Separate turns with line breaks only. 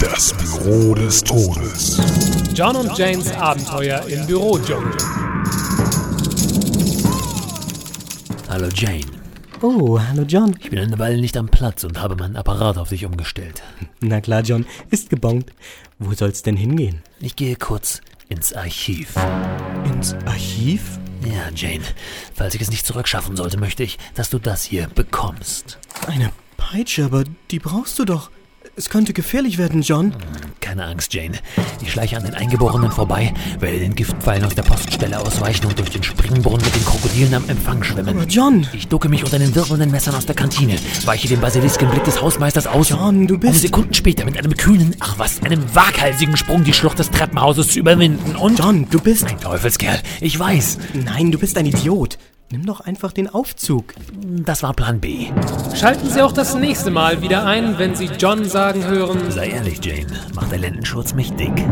Das Büro des Todes.
John und Janes Abenteuer im Bürodschungel.
Hallo Jane.
Oh, hallo John.
Ich bin eine Weile nicht am Platz und habe meinen Apparat auf dich umgestellt.
Na klar, John, ist gebongt. Wo soll's denn hingehen?
Ich gehe kurz ins Archiv.
Ins Archiv?
Ja, Jane, falls ich es nicht zurückschaffen sollte, möchte ich, dass du das hier bekommst.
Eine Peitsche, aber die brauchst du doch. Es könnte gefährlich werden, John.
Keine Angst, Jane. Ich schleiche an den Eingeborenen vorbei, werde den Giftpfeilen aus der Poststelle ausweichen und durch den Springbrunnen mit den Krokodilen am Empfang schwimmen.
Aber John!
Ich ducke mich unter den wirbelnden Messern aus der Kantine, weiche dem Basiliskenblick des Hausmeisters aus.
John, du bist-
Um Sekunden später mit einem kühnen, ach was, einem waghalsigen Sprung die Schlucht des Treppenhauses zu überwinden und...
John, du bist.
Mein Teufelskerl, ich weiß,
Nein, du bist ein Idiot. Nimm doch einfach den Aufzug.
das war Plan B.
Schalten Sie auch das nächste Mal wieder ein, wenn Sie John sagen hören.
Sei ehrlich, Jane, macht der Lendenschurz mich dick.